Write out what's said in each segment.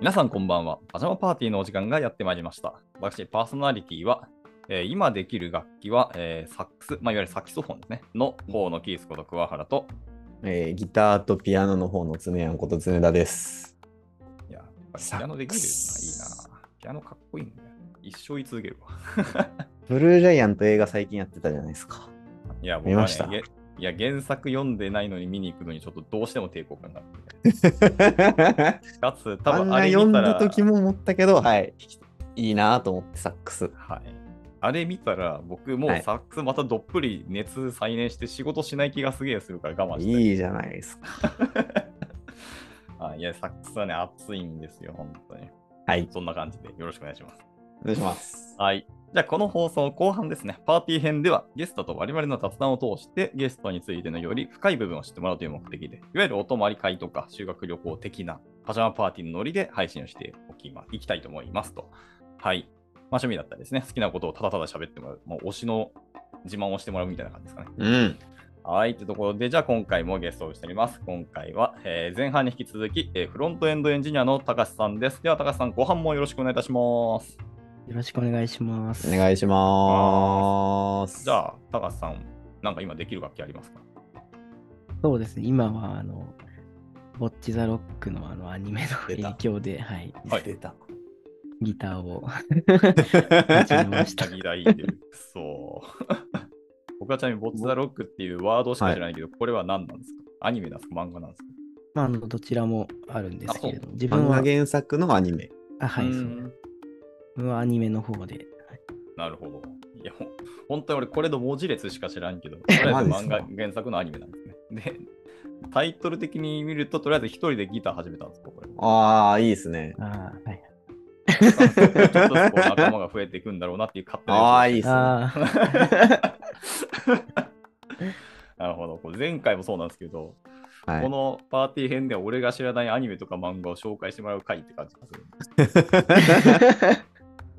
皆さんこんばんは。パジャマパーティーのお時間がやってまいりました。私、パーソナリティは、えー今できる楽器は、えーサックス、まあ、いわゆるサキソフォンですね、の方のキースこと桑原と、えーギターとピアノの方の常やんこと常田です。いや、やっぱりピアノできるのはいいな。ピアノかっこいいんだよ。一生言い続けるわ。ブルージャイアント映画最近やってたじゃないですか。いや、見ましたげいや、原作読んでないのに見に行くのに、ちょっとどうしても抵抗感がある。かつ、多あん分なあれ見読んただら、時も思ったけど、はい、いいなと思ってサックス。はい。あれ見たら、僕もうはいサックスまたどっぷり熱再燃して仕事しない気がすげえするから我慢して。いいじゃないですか。あいや、サックスはね、熱いんですよ、本当に。はい、そんな感じでよろしくお願いします。お願いします。はい。じゃあ、この放送後半ですね、パーティー編では、ゲストと我々の雑談を通して、ゲストについてのより深い部分を知ってもらうという目的で、いわゆるお泊まり会とか修学旅行的なパジャマパーティーのノリで配信をしておきま、いきたいと思いますと。はい。まあ、趣味だったりですね、好きなことをただただ喋ってもらう、もう推しの自慢をしてもらうみたいな感じですかね。うん。はい、というところで、じゃあ今回もゲストをしております。今回は、えー前半に引き続き、えーフロントエンドエンジニアの高橋さんです。では、高橋さん、ご飯もよろしくお願いいたします。よろしくお願いします。お願いします。じゃあ、高橋さん、なんか今できる楽器ありますかそうですね、今はあの、ボッチ・ザ・ロックのあのアニメの出影た響で、はい、はい出た。ギター を。 始めまはししたギター弾いてる。そう。 僕はちなみに、ボッツ・ザ・ロックっていうワードしか知らないけど、これは何なんですかアニメなんですか漫画なんですかまあ、あのどちらもあるんですけれども、自分漫は画、原作のアニメ。あはうい、ーそうん自分はアニメの方で、なるほど。いや、ほん本当に俺、これの文字列しか知らんけど、とりあえず マジっす漫か画原作のアニメなんですね。で、タイトル的に見ると、とりあえず一人でギター始めたんですか、 これ。ああ、いいですね。あーはい、ちょっとずつこう仲間が増えていくんだろうなっていう勝手な予想ああ、いいですね。あーなるほど。これ前回もそうなんですけど、はいこのパーティー編では俺が知らないアニメとか漫画を紹介してもらう回って感じがする。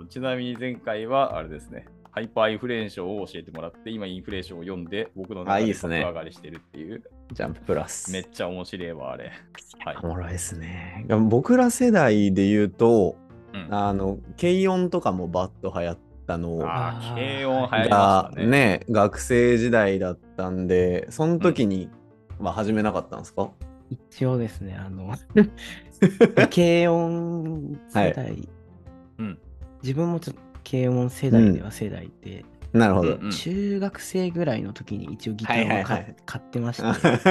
ちなみに前回は、あれですね、ハイパーインフレーションを教えてもらって、今インフレーションを読んで、僕のあ中いいでっすね格上がりしてるっていう、ジャンププラス。めっちゃ面白いわ、あれ。はいお。もろいですね。僕ら世代で言うと、うんあの、軽音とかもバッと流行ったのあああ、ー軽音流行りまがしたねね。学生時代だったんで、その時に、まあ始めなかったんですか一応ですね、あの、軽音世代、うん自分もちょっと軽音世代では世代で、なるほうど ん。うん中学生ぐらいの時に一応ギターを買,、はいはいはい買ってましやたっ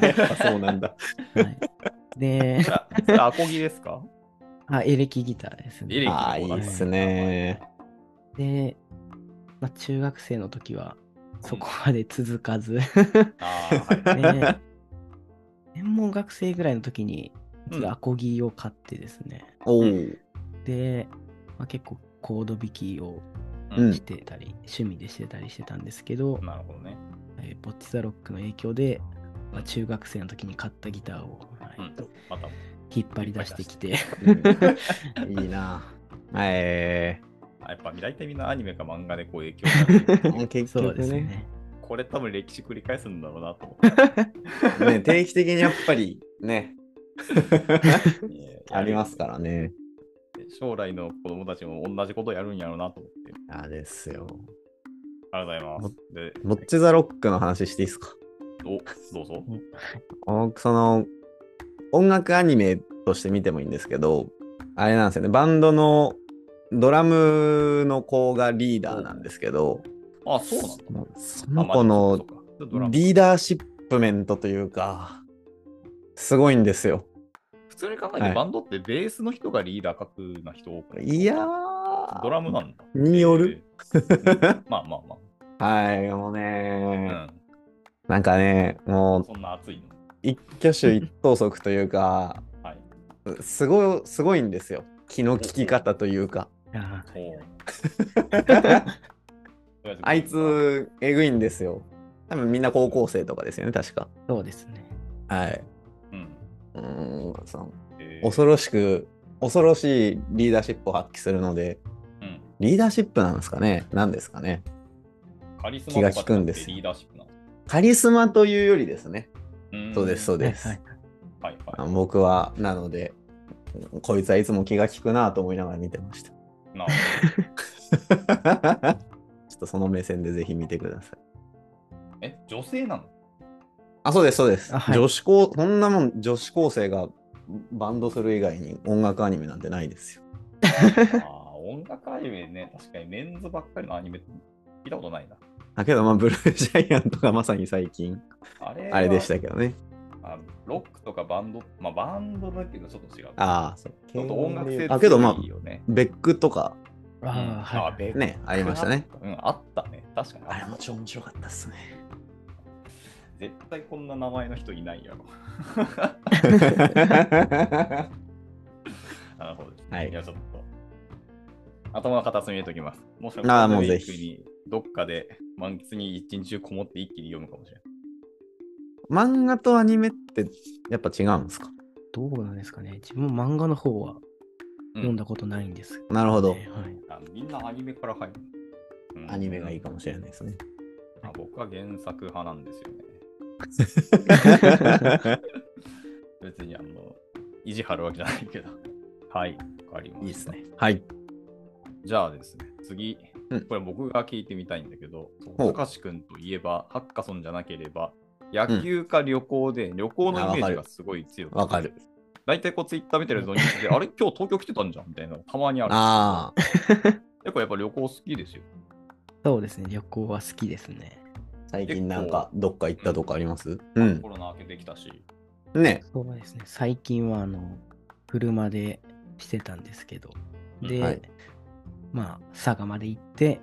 ね、ぱそうなん だ。はい、でそ、れはそれはアコギですかあ、エレキギターですエレキね。ああ、いいっすね。で、まあ、中学生の時はそこまで続か ず、ああ、はいはい。で専門学生ぐらいの時に うんアコギを買ってですね、おお、で、まあ、結構コード弾きをうんしてたり、趣味でしてたりしてたんですけど、なるほどね。えーボッチザロックの影響で、まあ、中学生の時に買ったギターを、はいうん。また、引っ張り出してきて、いいな。えあ やっぱ大体みんなアニメか漫画でこう影 響があ ー、る結そう局ですねね。これ多分歴史繰り返すんだろうなと思って。ね、定期的にやっぱりね、いや ありますからね。将来の子供たちも同じことやるんやろうなと思って。あですよ。ありがとうございボます。ッチザロックの話していいですかで、お、どうぞ。僕その音楽アニメとして見てもいいんですけどあれなんですよねバンドのドラムの子がリーダーなんですけどあ、そうなんだ。そあの子まのあそうかドラマリーダーシップメントというかすごいんですよ普通に考えてはいバンドってベースの人がリーダー格な人多くないいやドラムなんだ。によるえ ー。まあまあまーはいもうあ。うね、んなんかねもうそんな熱いの。一挙手一投足というかはい。すごいすごいんですよ気の利き方というかあーほうあい。つ、えぐいんですよ。多分みんな高校生とかですよね、確か。そうですね。はい。うんうーん、そのえー恐ろしく、恐ろしいリーダーシップを発揮するので、うんリーダーシップなんですかね何ですかねカリスマ気がと利かくっんてですリーダーシップなのカリスマというよりですね。ーんそうです、そうです。はいはいはいあ僕は、なので、こいつはいつも気が利くなと思いながら見てました。 なあちょっとその目線でぜひ見てください。え、女性 なのあ、そうです、そうです。あはい女子高、そんなもん女子高生がバンドする以外に音楽アニメなんてないですよ。あー音楽アニメね、確かにメンズばっかりのアニメ聞いたことないな。だけど、まあ、ブルージャイアントがまさに最近、あれはあれでしたけどね。あのロックとかバンド、まあバンドだけどちょっと違う。ああ、そう。ちょっと音楽性あ、けど、まあ強、いよね。ベックとかああ、はい。ベックね、ありましたね。。うん、あったね。確かに。あれも超面白かったっす ね。絶対こんな名前の人いないやろ。 なるほど。はいや、ちょっと。頭の片隅に入れときます。もしあーもうゴールデンぜウィーひクにどっかで満喫に一日中こもって一気に読むかもしれない。漫画とアニメってやっぱ違うんですかどうなんですかね。自分も漫画の方はうん読んだことないんです。なるほど。ねはいあみんなアニメから入る。うんアニメがいいかもしれないですね。 あ僕は原作派なんですよね。別にあの、意地張るわけじゃないけど。はい、わかりました。いいですね。はい。じゃあですね、次うん、これ僕が聞いてみたいんだけど、ほう高橋君といえば、ハッカソンじゃなければ、野球か旅行で、旅行のイメージがすごい強くわかる。大体こうツイッター見てると、ニュース であれ今日東京来てたんじゃんみたいなのたまにある。ああ、結構やっぱ旅行好きですよ。 そうですね。旅行は好きですね。最近なんかどっか行ったとかありますうんコ。ロナ明けてきたし。ねそうですね。最近は、あの、車でしてたんですけど、で、はいまあ、佐賀まで行って、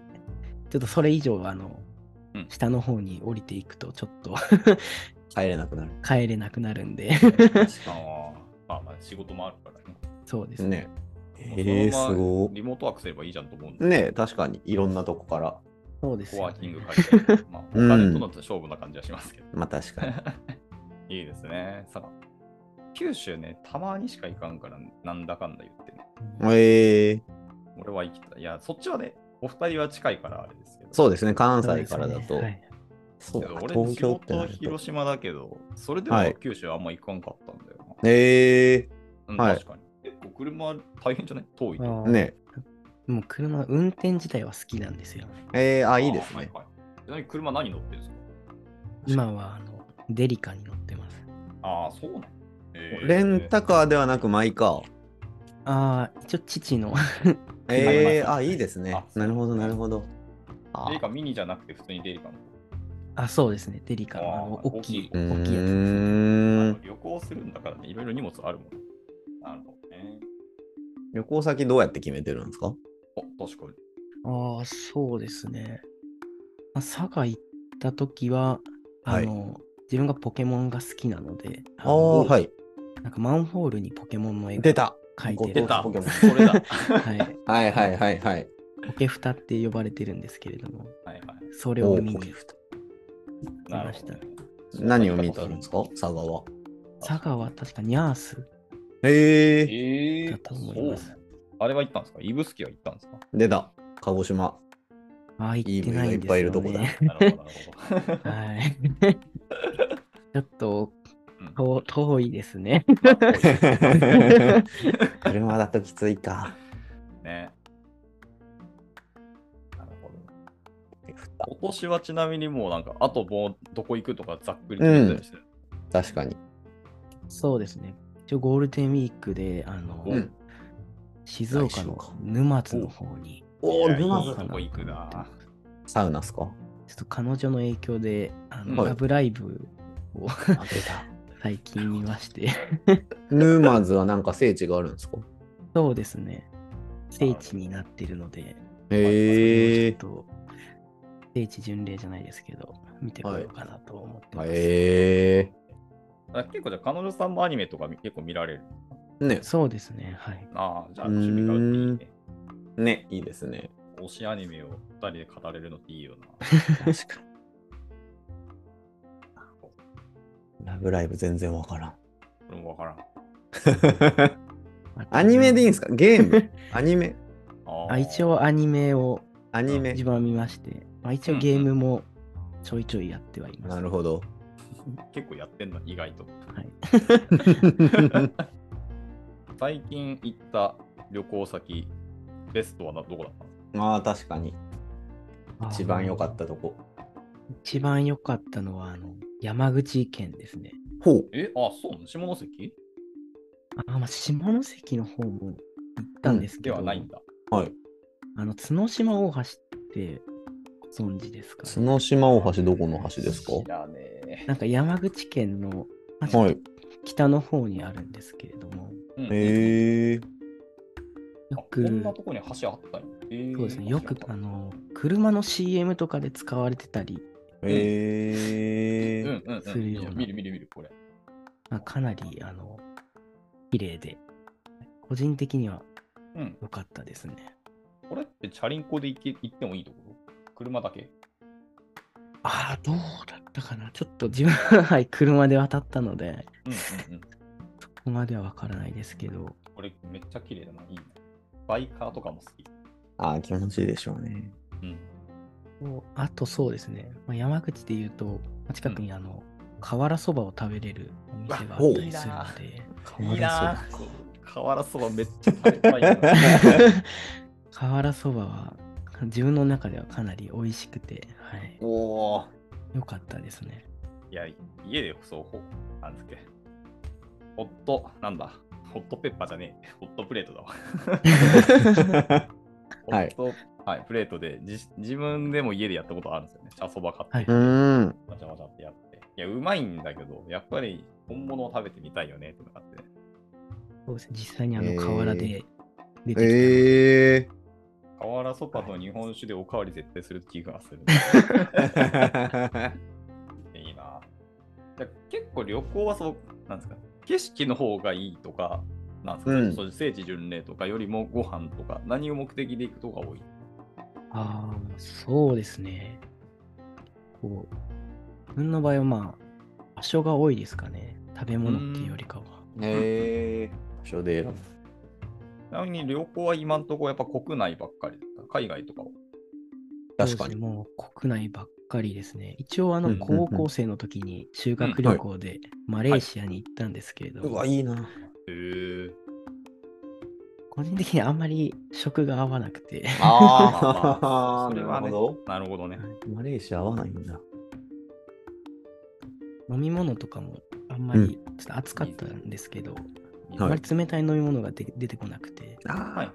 ちょっとそれ以上は、あの、うん下の方に降りていくと、ちょっと 帰れなくなる。帰れなくなるんで、 あーまあまあ仕事もあるからね。そうですね。ね えー、そのますまごリモートワークすればいいじゃんと思うんい。で。ねえ確かにいろんなとこから。そうですコよワねーキング借りて。まあ、おうん金との勝負な感じはしますけど。まあ確 か に。いいですね。さあ九州ね、たまにしか行かんから、なんだかんだ言ってね。ええー、俺は行きたい。いや、そっちはね、お二人は近いからあれですけど。そうですね、関そう西ですかよらねだとは。いそうけどか、俺、東仕京ってな事ると。広島だけど、それでもはい九州はあんま行かんかったんだよな。えうん、はい確かに。結構車大変じゃない遠いあと。えーー、ねもう車、運転自体は好きなんですよ。え。えー、あ、いいですはいね。はいちなみに車何乗ってるんですか今は、あの、デリカに乗ってます。ああ、そうなの、えーレンタカーではなくマイカー。ああ、一応父の、 ええはいあ、いいですねあ。なるほど、なるほど。あデリカミニじゃなくて普通にデリカの。あ、そうですね、デリカのあのあー大きい、う大きいやつですね。あーのん。旅行するんだからね、いろいろ荷物あるもん。なるほどね。旅行先どうやって決めてるんですかお、確かに。ああ、そうですね。まあ、佐賀行った時は、あはいの、自分がポケモンが好きなので、ああのあ、はい。なんかマンホールにポケモンの絵が出た。描いてる。出たポケモンそれだ。 はいはい。はいはいはいはい。ポケフタって呼ばれてるんですけれども、はい。それを見おーポケにフタなるほどね何を見たんですか佐賀は。佐賀は確かニャースえええだー、と思います。あれは行ったんですか指宿は行ったんです か出た。鹿児 島。ああ、い行いって部位ながいいっんですよ、ね。ぱいいるとこだ。なるほど、なるほど。はい。 ちょっとうん遠遠いですね。車だときつい か。ね。なるほど。今年はちなみにもうなんか、あともうどこ行くとかざっくり決めたりしてる。確かに。そうですね。一応ゴールデンウィークで、あの、うん静岡来週のか沼津の方に、おお、いや沼いい津とこ行くな。サウナっすかちょっと彼女の影響で、あの、はいラブライブをあ出た。最近見まして、 沼津はなんか聖地があるんですかそうですね。聖地になってるので、へえそれをちょっと、聖地巡礼じゃないですけど、見てこようかなと思ってます。へあ結構じゃあ彼女さんもアニメとかみ結構見られる。えねそうですね、はい。ああ、じゃあ趣味がいいね。ねいいですね。推しアニメを二人で語れるのっていいよな。確かに。ラブライブ全然わから ん。俺もわからん。あと アニメでいいんですかゲー ムアニメあー あ一。応アニメをアニメ自分は見まして、まあ、一うんう応んゲームもちょいちょいやってはいます。なるほ ど。結構やってんだ、意外と。はい、最近行った旅行先、ベストはなどこだったのああ、確かに。一番良かったとこ。一番良かったのは、あの、山口県ですね。ほう。え、あ、そうなの下関あ、まあ、下関の方も行ったんですけでど、はないんだ。はい。あの、角島大橋ってご存知ですか、角島大橋、どこの橋ですか知らねなんか山口県の、まあちょっはとい。北の方にあるんですけれども、え。うんへえ。よあこく、んなとこに橋あったんや。えーそうですね、よく知らあなかっの車の CM とかで使われてたり、たうへえ。んうんすうんるいようや。な見る見る見る、これ。まあ、かなりあの綺麗で、個人的にはうん。良かったですね。これってチャリンコで行け行ってもいいところ車だけ。ああ、どうだったかなちょっと自分は、はい、車で渡ったので、うんうんうん。そこまではわからないですけど、これめっちゃ綺麗だな、いいな。バイカーとかも好き。ああ、気持ちいいでしょう ね。うん。あとそうですね、まあ、山口で言うと、まあ近くにあの、瓦そばを食べれるお店があったりするので、いい瓦なそばぁ。瓦そばめっちゃ食べたいな。 瓦そばは自分の中ではかなり美味しくて、はい、おお。良かったですね。いや、家でそう、ほなんですっけ。ホット、なんだ。ホットペッパーじゃねえ。ホットプレートだわ。ホはいット、はい、プレートでじ、自分でも家でやったことあるんですよね。茶そば買って、はいうーん。わちゃわちゃってやって。いや、うまいんだけど、やっぱり本物を食べてみたいよねってなって。そうですね実際にあえのー瓦で出てきた、え え。瓦そばと日本酒でおかわり絶対する気がする。 いいな。じゃあ結構旅行はそう、なんですか、景色の方がいいとか、なんですか、うんそう聖地巡礼とかよりもご飯とか、何を目的で行くとか多い。ああ、そうですね。こう、自分の場合はまあ、場所が多いですかね。食べ物っていうよりかは。へえ。場所で選ぶ。ちなみに旅行は今のところやっぱ国内ばっかりだった海外とかは。確かそうですねに。もう国内ばっかりですね。一応あうんの、うんうん高校生の時に修学旅行でマレーシアに行ったんですけれど、うわ、いいな。へえ。個人的にあんまり食が合わなくて、 あーあそれはねど。なるほどね。マレーシア合わないんだ。飲み物とかもあんまり、ちょっと暑かったんですけど、あんまり冷たい飲み物がで出てこなくて、はいはいあ。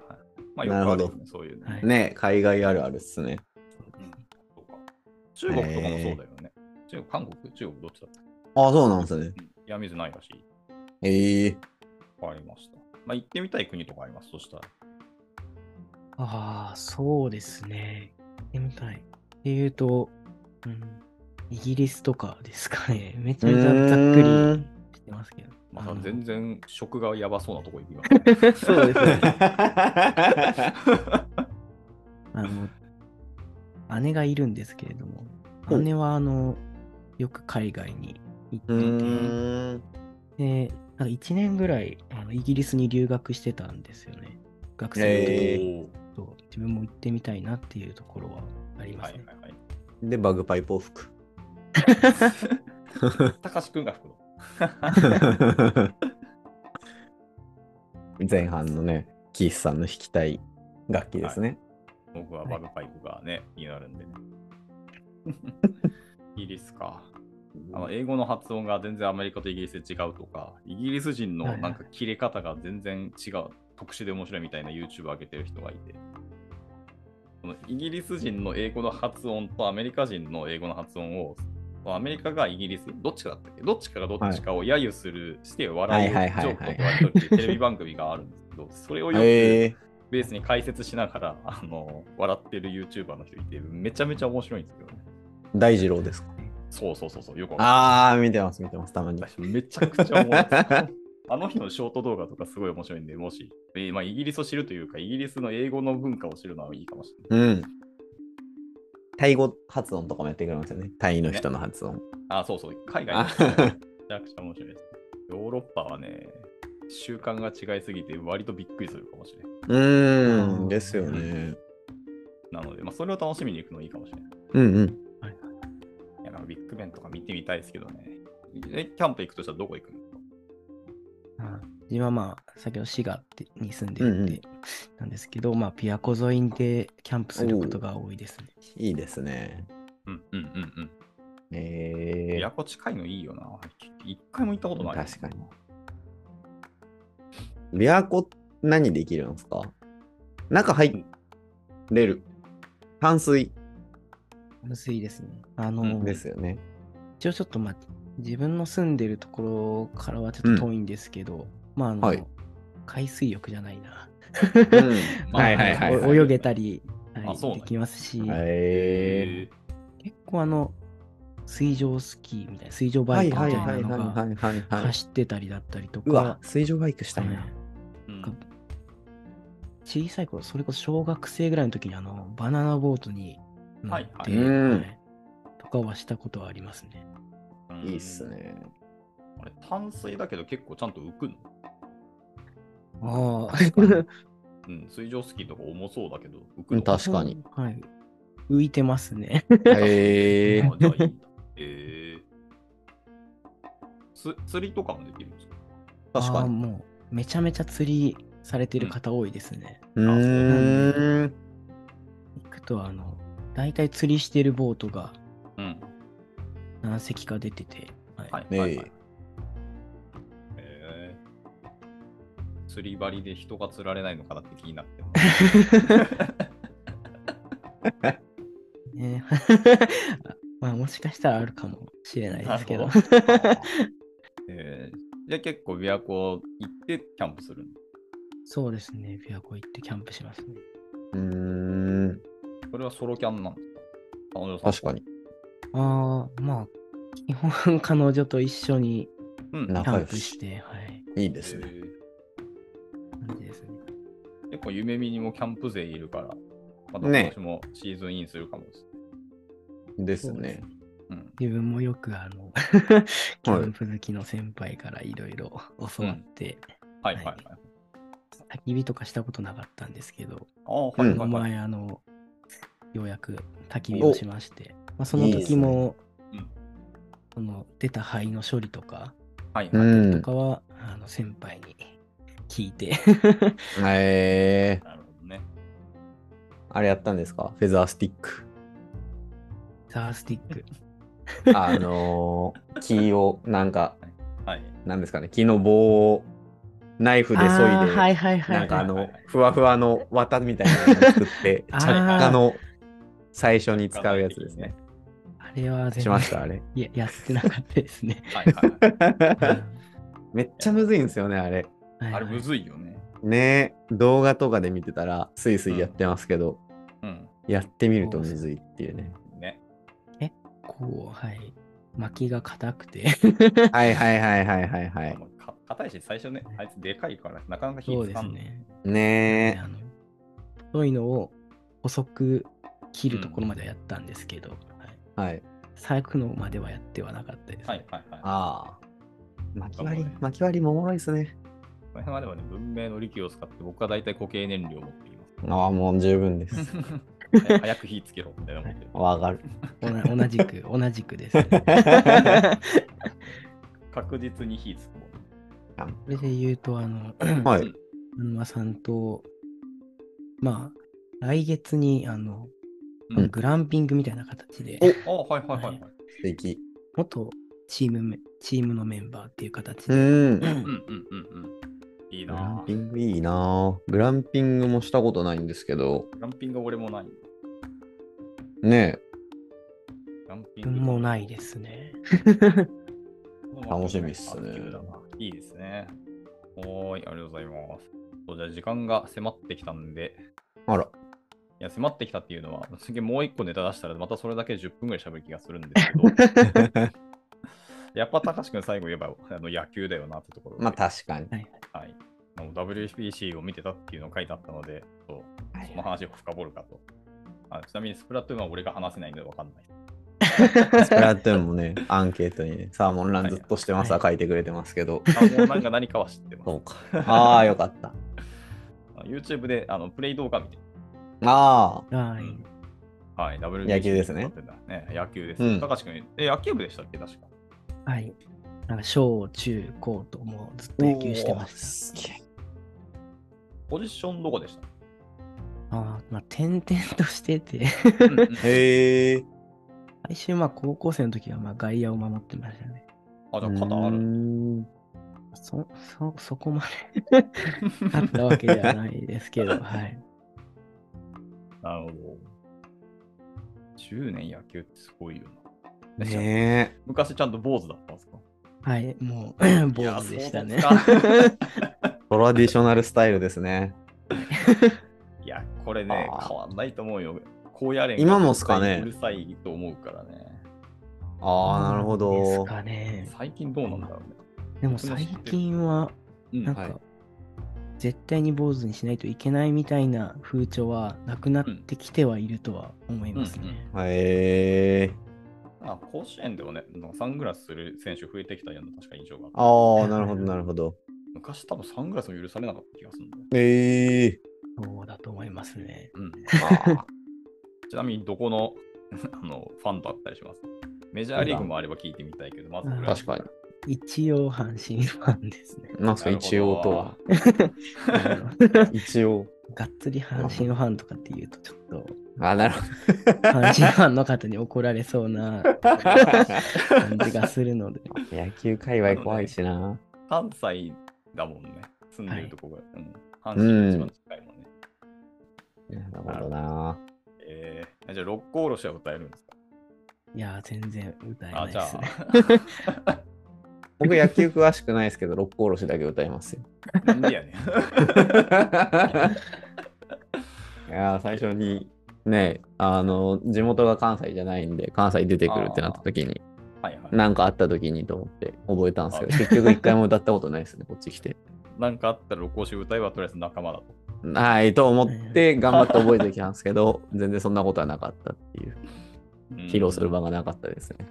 まあ、なるほどよくあるよねそういうね。はいあ。ね海外あるあるっすね。そうか中国とかもそうだよね。中国、韓国、中国どっちだったああ、そうなんですね。いや、水ないらしい。ええ。わかりました。まあ、行ってみたい国とかあります。そしたら。ああ、そうですね。行ってみたい。っていうと、うん、イギリスとかですかね。 めちゃめちゃざっくりしてますけど。まあたの全然食がやばそうなとこ行きます ね。そうですね。はあの、姉がいるんですけれども、ほう姉はあの、よく海外に行 うっーん。てて、で、なんか1年ぐらいあのイギリスに留学してたんですよね。学生の時に、えそう自分も行ってみたいなっていうところはありいまはすいね。はい。で、バグパイプを吹く。たかしくんが吹くの。前半のね、キースさんの弾きたい楽器ですね。僕はバグパイプがね、気になるん でね。イギリスか。あの英語の発音が全然アメリカとイギリスで違うとか、イギリス人のなんか切れ方が全然違う、特殊で面白いみたいな YouTube 上げてる人がいて、そのイギリス人の英語の発音とアメリカ人の英語の発音を、アメリカがイギリス、どっちかだったっけどっちかがどっちかを揶揄する、して笑いをジはいはいはいョはーいクとか言ってるテレビ番組があるんですけど、それをよく、えベースに解説しながら、 あの、笑ってる YouTuber の人いて、めちゃめちゃ面白いんですけどね。ー、大二郎ですか。そうそうそう、そうよくわかんあー、見てます、見てます、たまにない。めちゃくちゃ面 白い。あの人のショート動画とかすごい面白いんで、もし、えーまあ、イギリスを知るというか、イギリスの英語の文化を知るのはいいかもしれない。うん。タイ語発音とかもやってくれますよね。タイの人の発音。あ、そうそう、海外のあ人めちゃくちゃ面白いです。ヨーロッパはね、習慣が違いすぎて、割とびっくりするかもしれない。うーん、ですよね。なので、まあ、それを楽しみに行くのいいかもしれない。うんうん。いや、なんかビッグベンとか見てみたいですけどね。え、キャンプ行くとしたらどこ行くのあ自分はまあ、先ほど滋賀ってに住んでるうんんうで、んなんですけど、まあ、琵琶湖沿いでキャンプすることが多いですね。いいですね。うんうんうんうん。え琵琶湖近いのいいよな。一回も行ったことない。確かに。琵琶湖何できるんですか中入れる。淡水むずいですね。あの、うんですよね。一応ちょっとまあ、自分の住んでるところからはちょっと遠いんですけど、まあ、あの、はい海水浴じゃないな。うんはいはいはいはいお泳げたり、は、あそうないんでやきますし、 へえ結構あの、水上スキーみたいな、水上ーバはイいクみたはいいはいなはいのがはいはいはい。走ってたりだったりとか、うわ、水上バイクしたいはな。いうんか小さい頃、それこそ小学生ぐらいの時にあのバナナボートに乗はって、いはいうんはいとかはしたことはありますね。うんいいっす。ね。あれ、淡水だけど結構ちゃんと浮くの。ああ、うん、水上スキーとか重そうだけど、浮うくんの。 確かに。。はい、浮いてますね。 へえあじゃあいいんだ。えーつ釣りとかもできるんですか確かあーに。もうめちゃめちゃ釣りされてる方多いですね。うーん。行くとあの、大体釣りしてるボートがうん。何隻か出てて、はいはい。ねはえいはいえー釣り針で人が釣られないのかなって気になってますね まあもしかしたらあるかもしれないですけど。なる ほどえーじゃあ結構琵琶湖行ってキャンプするのそうですね、琵琶湖行ってキャンプしますね。うーん。それはソロキャンなんですか確かに。ああ、まあ、基本彼女と一緒にに。うん。なキん仲ャン良プし、してはい、いいですね。えー感じですね。結構夢見にもキャンプ勢いるから、またね私もシーズンインするかもです、ですね。うん。自分もよくあの、キャンプ好きの先輩からいろいろ教わって、はいはいはい。焚き火とかしたことなかったんですけど、ああ、はいこはのいはい。前あの、ようやく焚き火をしまして、まあ、そのいいです時ねも、うんその出た灰の処理とか、はい、うはい。とん。かは、あの先輩に聞い て、えー、なるほどね。あれやったんですかフェザースティッ ク。ザースティック、あのー、木を、なんか、はい。なんですかね、木の棒をナイフで削いで、あーはいはいはい、なんかあはいのはいはい、ふわふわの綿みたいなのを作って、 あ着ー火の最初に使うやつですね。あれは全しました、あ れ。いややってなかったですね。はいはい はい。めっちゃむずいんですよね、あれ。 あれむずいよね。ね動画とかで見てたら、スイスイやってますけど、うん。やってみるとむずいっていうね。ね。こう、はい。薪が硬 くて、はいはいはいはいはいは。はいい、か硬いし、最初ね、あいつでかいから、なかなか火そうつでかすんない。ね。ねあの太いのを細く切るところまではやったんですけど、はい、え。はい。最後のまではやってはなかったです、はいはいはい。こああ。巻き割りなんかもうね、巻き割りもおもろいですね。の辺はでもね、文明の利器を使って、僕は大体固形燃料を持っていまああ、もう十分です。す。はい早く火つけろみたいな思ってる。わ かる。おな同じ く、同じくです、ね。確実に火つくもん。それで言うと、あの、はい。安間さんと、まあ、来月に、あの、うんグランピングみたいな形で、あはいはいはいはい。素敵。元チームメ、チームのメンバーっていうう形で、ん。うんうんうんうん。いいグランなピぁ。ングいいなぁグランピングもしたことないんですけど、グランピング俺もない。ねグランピン自グ分もないですね。楽しみっすねいいですね。おーい、ありがとうございます。そうじゃあ時間が迫ってきたんで、え、あら、いや、迫ってきたっていうのは、ぶっちゃけもう一個ネタ出したら、またそれだけで10分ぐらい喋る気がするんですけど、やっぱ高橋君最後言えばあの野球だよなってところで。まあ確かに。はい。あの WBC を見てたっていうのを書いてあったので、そうその話を深掘るかと。あちなみにスプラトゥーンは俺が話せないのでわかんない。スプラトゥーンも ね、アンケートにね、サーモンランずっとしてますは書いてくれてますけど、あもうなんか何かは知ってますそ。うか。ああ、よかった。あ YouTube であのプレイ動画見て。あはうんい。はい、WBC 野球ですねやってたね野球です。うん高橋君、え、野球部でしたっけ確か。はい。なんか小、中、高ともうずっ と野球してました。すげえポジションどこでしたあーまあ、転々としてて、 へえ。最終まあ高校生の時はまあ外野を守ってましたね。あ、じゃあ肩あうーる。んそ、そ、そこまであったわけではないです けど、はい。 なるほど。10年野球ってすごいよな。えねえ。昔ちゃんと坊主だったんですかはい、もう、坊主でしたねい。やそうですかトラディショナルスタイルですね。いや、これね、あー変わんないと思うよ。高野連が今もっすかね絶対うるさいと思うからね。ああ、なるほですど。かね。最近どうなんだろうね。でも最近は、うんなんか、はい絶対に坊主にしないといけないみたいな風潮はなくなってきてはいるとは思いますね。うんうんへえ。まあ、甲子園でもね、なんかサングラスする選手増えてきたような確か印象があってああ、なるほど、なるほど。昔多分サングラスも許されなかった気がするんだよ。ええ。そうだと思いますね。うん、あちなみにどこの あのファンだったりしますメジャーリーグもあれば聞いてみたいけど、まずこれーうんは確かに。一応阪神ファンで すね。なんすか、一応とは。あの一応。がっつり阪神ファンとかって言うと、ちょっと あ、なるほど。阪神ファンの方に怒られそうな感じがするので。野球界隈怖いしな。関西だもんね。住んでるとこが。うん、阪う神んが一番近いもんね。なるほどな。えー、じゃあ、六甲おろしは歌えるんですかいやー、全然歌えなあ、いじでゃすね。僕野球詳しくないですけど、六甲おろしだけ歌いますよ。あ、なんでやねん。いやー最初にね、あの、地元が関西じゃないんで、関西出てくるってなった時に、はいはい。なんかあった時にと思って覚えたんですけど、結局一回も歌ったことないですね、こっち来て。なんかあったら六甲おろし歌えばとりあえず仲間だと。はい、と思って頑張って覚えてきたんですけど、全然そんなことはなかったっていう、うん披露する場がなかったですね。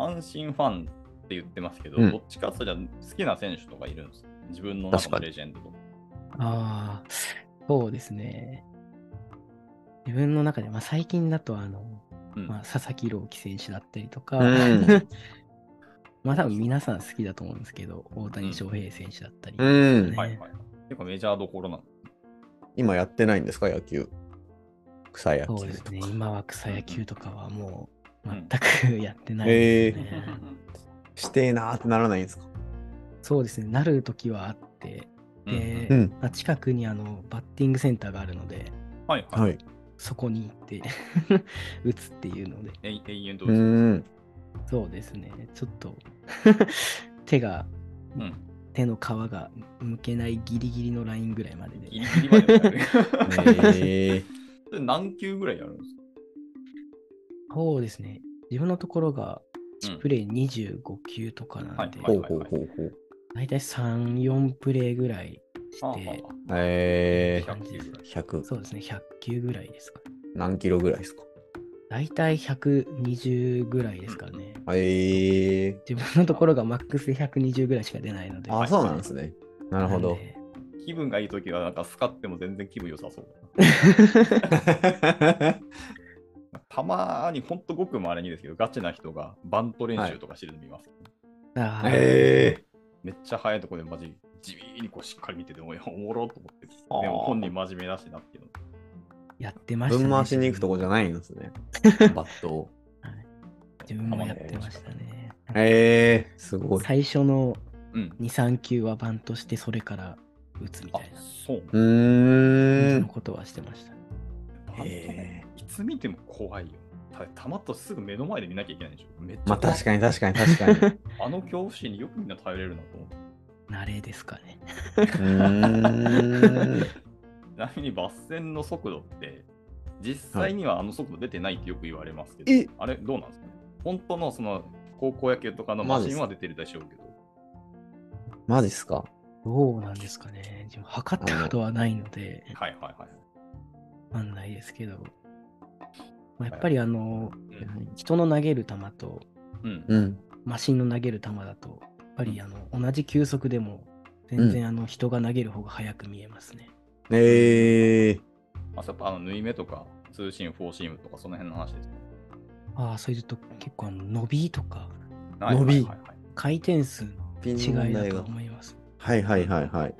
阪神ファンって言ってますけど、うんどっちかっていうとじゃあ好きな選手とかいるんですか自分の中確かのにレジェンドとか。ああ、そうですね。自分の中で、まあ、最近だとあの、うんまあ、佐々木朗希選手だったりとか、うん。 まあ多分皆さん好きだと思うんですけど、大谷翔平選手だったり、うん。はいはい。結構メジャーどころなの。今やってないんですか、野球。草野球そうですとね、か。今は草野球とかはもううん全く やってないですね。してえなーってならないんですか。 そうですね、なる時はあって、で、うんまあ、近くにあのバッティングセンターがあるので、はいはい。はい。そこに行って 打つっていうので、えい永遠とうです ん。そうですね、ちょっと 手が、うん手の皮がむけないギリギリのラインぐらいまででギ、リギリまでやる。 ええそれ何球ぐらいやるんですかそうですね、自分のところがうん1プレイ25球とかなんで、はいはほいうほうほうほう。大体3、4プレイぐらいああして、え100球ぐらい。ー、100そうですね、100球ぐらいですか、ね。何キロぐらいですか大体120ぐらいですからね。ええ自分のところがマックスで120ぐらいしか出ないので。あ、そうなんですね。なるほなどん。で気分がいいときは、なんかスカっても全然気分良さ そう。たまに、ほんとごくまれにですけど、ガチな人がバント練習とかしてるの見ますけど、あ ーえめっちゃ早いとこでマジ地味にこうしっかり見てて、おいおもろと思って、であーも本人真面目だしなっていうの。やってまー、したね。分回しに行くとこじゃないんです ね。バットを。自分もやってましたね。ええー、すごい。最初のうん。 2、3球はバントして、それから打つみあたい、なそうなんだうー感じのん。ことはしてま した。バントねいつ見ても怖いよ。たたまったらすぐ目の前で見なきゃいけないでしょ。めっちゃまあ怖い確かに確かに確かに。うあの恐怖心によくみんな耐えれるなと思って。慣れですかね。ーん。 ちなみにバス線の速度って、実際にはあの速度出てないってよく言われますけど、えあれどうなんですか本当のその高校野球とかのマシンは出てるでしょうけど、マジっすかどうなんですかね。自分測ったことはないので、はいはいはい。わかんないですけど。まあ、やっぱりあの、うん人の投げる球とうんうん。マシンの投げる球だと、やっぱりあの同じ球速でも、全然あの人が投げる方が速く見えますね。ええー。まあ、やっぱあの縫い目とか、通信、フォーシームとか、その辺の話ですかああ、それで言うと結構あの伸びとか、はい伸びはいはいはい回転数のピンの違問いだ題とが。思います。はいはいはいはい。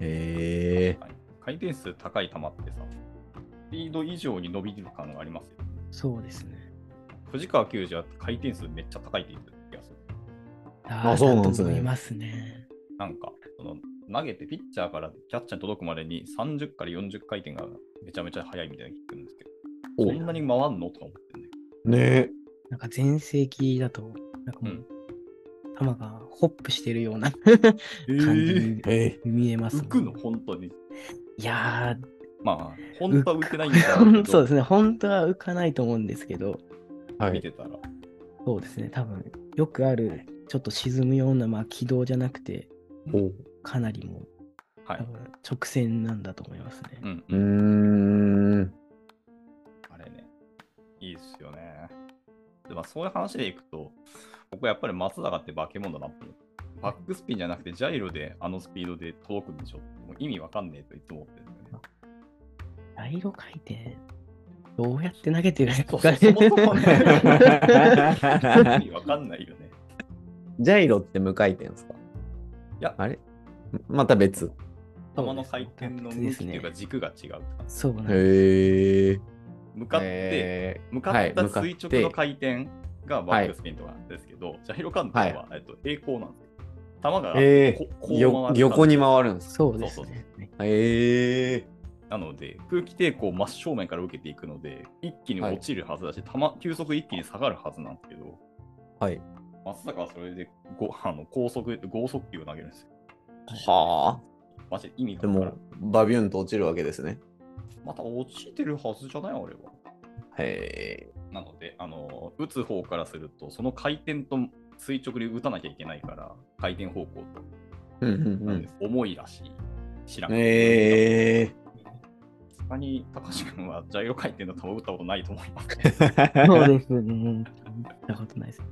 へえはい回転数高い球ってさ、スピード以上に伸びる感がありますよ。そうですね。藤川球児は回転数めっちゃ高いって言ってる気がする。あーそうなんですねだと思いますね。なんか、その投げてピッチャーからキャッチャーに届くまでに30から40回転がめちゃめちゃ速いみたいなの聞くんですけおど、そんなに回んのとか思ってね。ねえ。なんか全盛期だと、なんかもう、球がホップしてるようなえ感じえに見えますね、浮くの本当に。いやまあ、本ー、当は浮いてないんだろうけ浮どく そうですね。本当は浮かないと思うんですけど、は見い。てたら。そうですね。多分、よくある、ちょっと沈むような、まあ、軌道じゃなくて、おうかなりもうは多い。分直線なんだと思いますね。うんーうんん。あれね、いいですよね。でまあ、そういう話でいくと、僕はやっぱり松坂って化け物だなって思う。バックスピンじゃなくて、ジャイロであのスピードで届くんでしょ。もう意味わかんねえといつも思ってるんだよね。ダイロ回転、どうやって投げてるんですそかうそう、そもそも ね。 意味わかんないよね。ジャイロって無回転ですかいやあれまた別。球の回転の向きっていうかそうですね軸が違うって感じ。そうなんです。へえ。向かって、え向かった垂直の回転がバックスピンとかですけど、ジャイロ関係は、えっと平行なんですよ。球がこ、えこーう回ーるよ感じ横に回るんです。そうですね。へえ。なので、空気抵抗を真正面から受けていくので、一気に落ちるはずだし、球球速一気に下がるはずなんですけど、はい。松坂はそれでご あの高速、剛速球を投げるんですよ。はあ。マジで意味がでわからもん、バビュンと落ちるわけですね。また落ちてるはずじゃないあれは。へえ。なので、あの打つ方からすると、その回転と垂直に打たなきゃいけないから、回転方向と、うんうなんんです重いらしい。知らうん。ん。へえ。他に高橋君はジャイロ回転の球を打ったことないと思い ます。そうですね。見たことないです。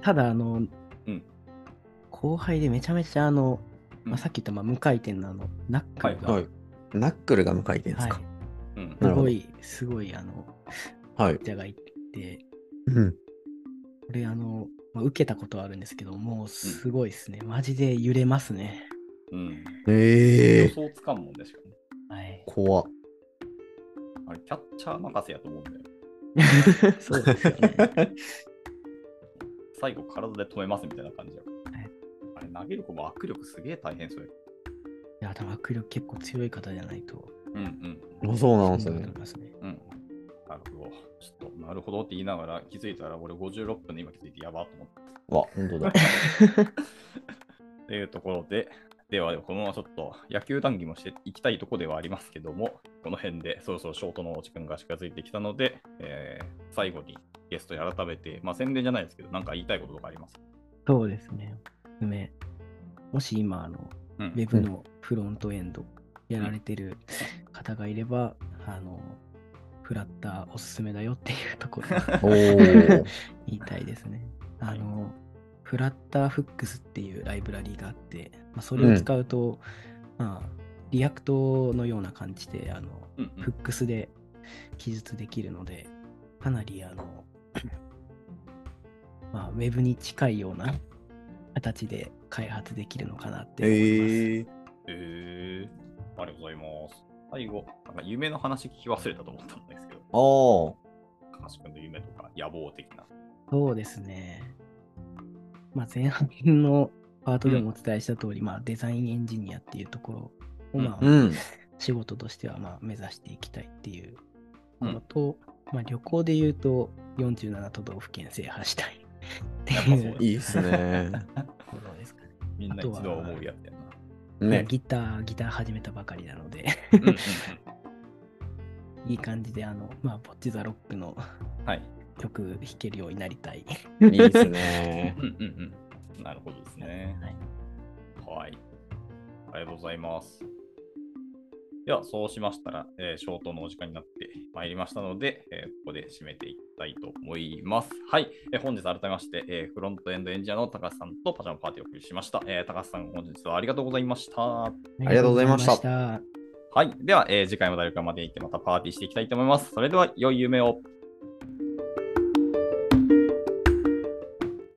ただ、あの、うん後輩でめちゃめちゃ、あの、うまんあ、さっき言ったまあ無回転のあの、ナックルが、ははい。 ナックルが無回転ですかはい。うんなするほごどい、すごい、あの、はい。じゃがいって、うん。これ、あの、まあ、受けたことはあるんですけど、もうすごいですね。マジで揺れますね。うん、予へえ。想つかんもんでしかね。 はい。怖っ。あれ、キャッチャー任せやと思うんだよ。そうですよね。最後、体で止めますみたいな感じやはい。あれ、投げる子も握力すげえ大変そうや。いや、多分握力結構強い方じゃないと。うんうん。あそうなんですそねだと思い。ますね。うん。なるほど。ちょっと、なるほどって言いながら気づいたら、俺56分で今気づいてやばと思って。わ、本当だ。というところで、では、このままちょっと野球談義もしていきたいところではありますけども、この辺でそろそろショートのお時間が近づいてきたので、えー最後にゲストに改めて、まあ宣伝じゃないですけど、なんか言いたいこととかありますかそうですね。おすすめもし今、あの、うウェん。ブのフロントエンドやられてる方がいれば、あの、フラッターおすすめだよっていうところ おー。言いたいですね。はあいの、フラッターフックスっていうライブラリがあって、まあ、それを使うと、まあ、リアクトのような感じで、あの、うんうんフックスで記述できるので、かなりあの、 まあ、ウェブに近いような形で開発できるのかなって思います。へえ。えー、ありがとうございます。最後、なんか夢の話聞き忘れたと思ったんですけど、あー。高橋君の夢とか野望的な。そうですね。まあ、前半のパートでもお伝えした通り、まあ、デザインエンジニアっていうところを、まあ、うん。仕事としてはまあ目指していきたいっていううんのと、まあ、旅行で言うと47都道府県制覇したいってやっぱいそうういいっすね。ところですかね。みんな一度は思うやつやな。 ね。ギター、ギター始めたばかりなので、 うんうんうんいい感じで、あの、まあ、ポッチザロックの はい。曲弾けるようになりたい。いいっすねう。んうんうん。なるほどですね。はいはい。ありがとうございます。では、そうしましたら、えー、ショートのお時間になってまいりましたので、えーここで締めていきたいと思います。はい。えー本日改めまして、えーフロントエンドエンジニアの高橋さんとパジャマパーティーをお送りしました。えー高橋さん、本日はありがとうございました。ありがとうございましたありがとうございましたはい。では、えー次回も誰かまで行ってまたパーティーしていきたいと思います。それでは、良い夢を。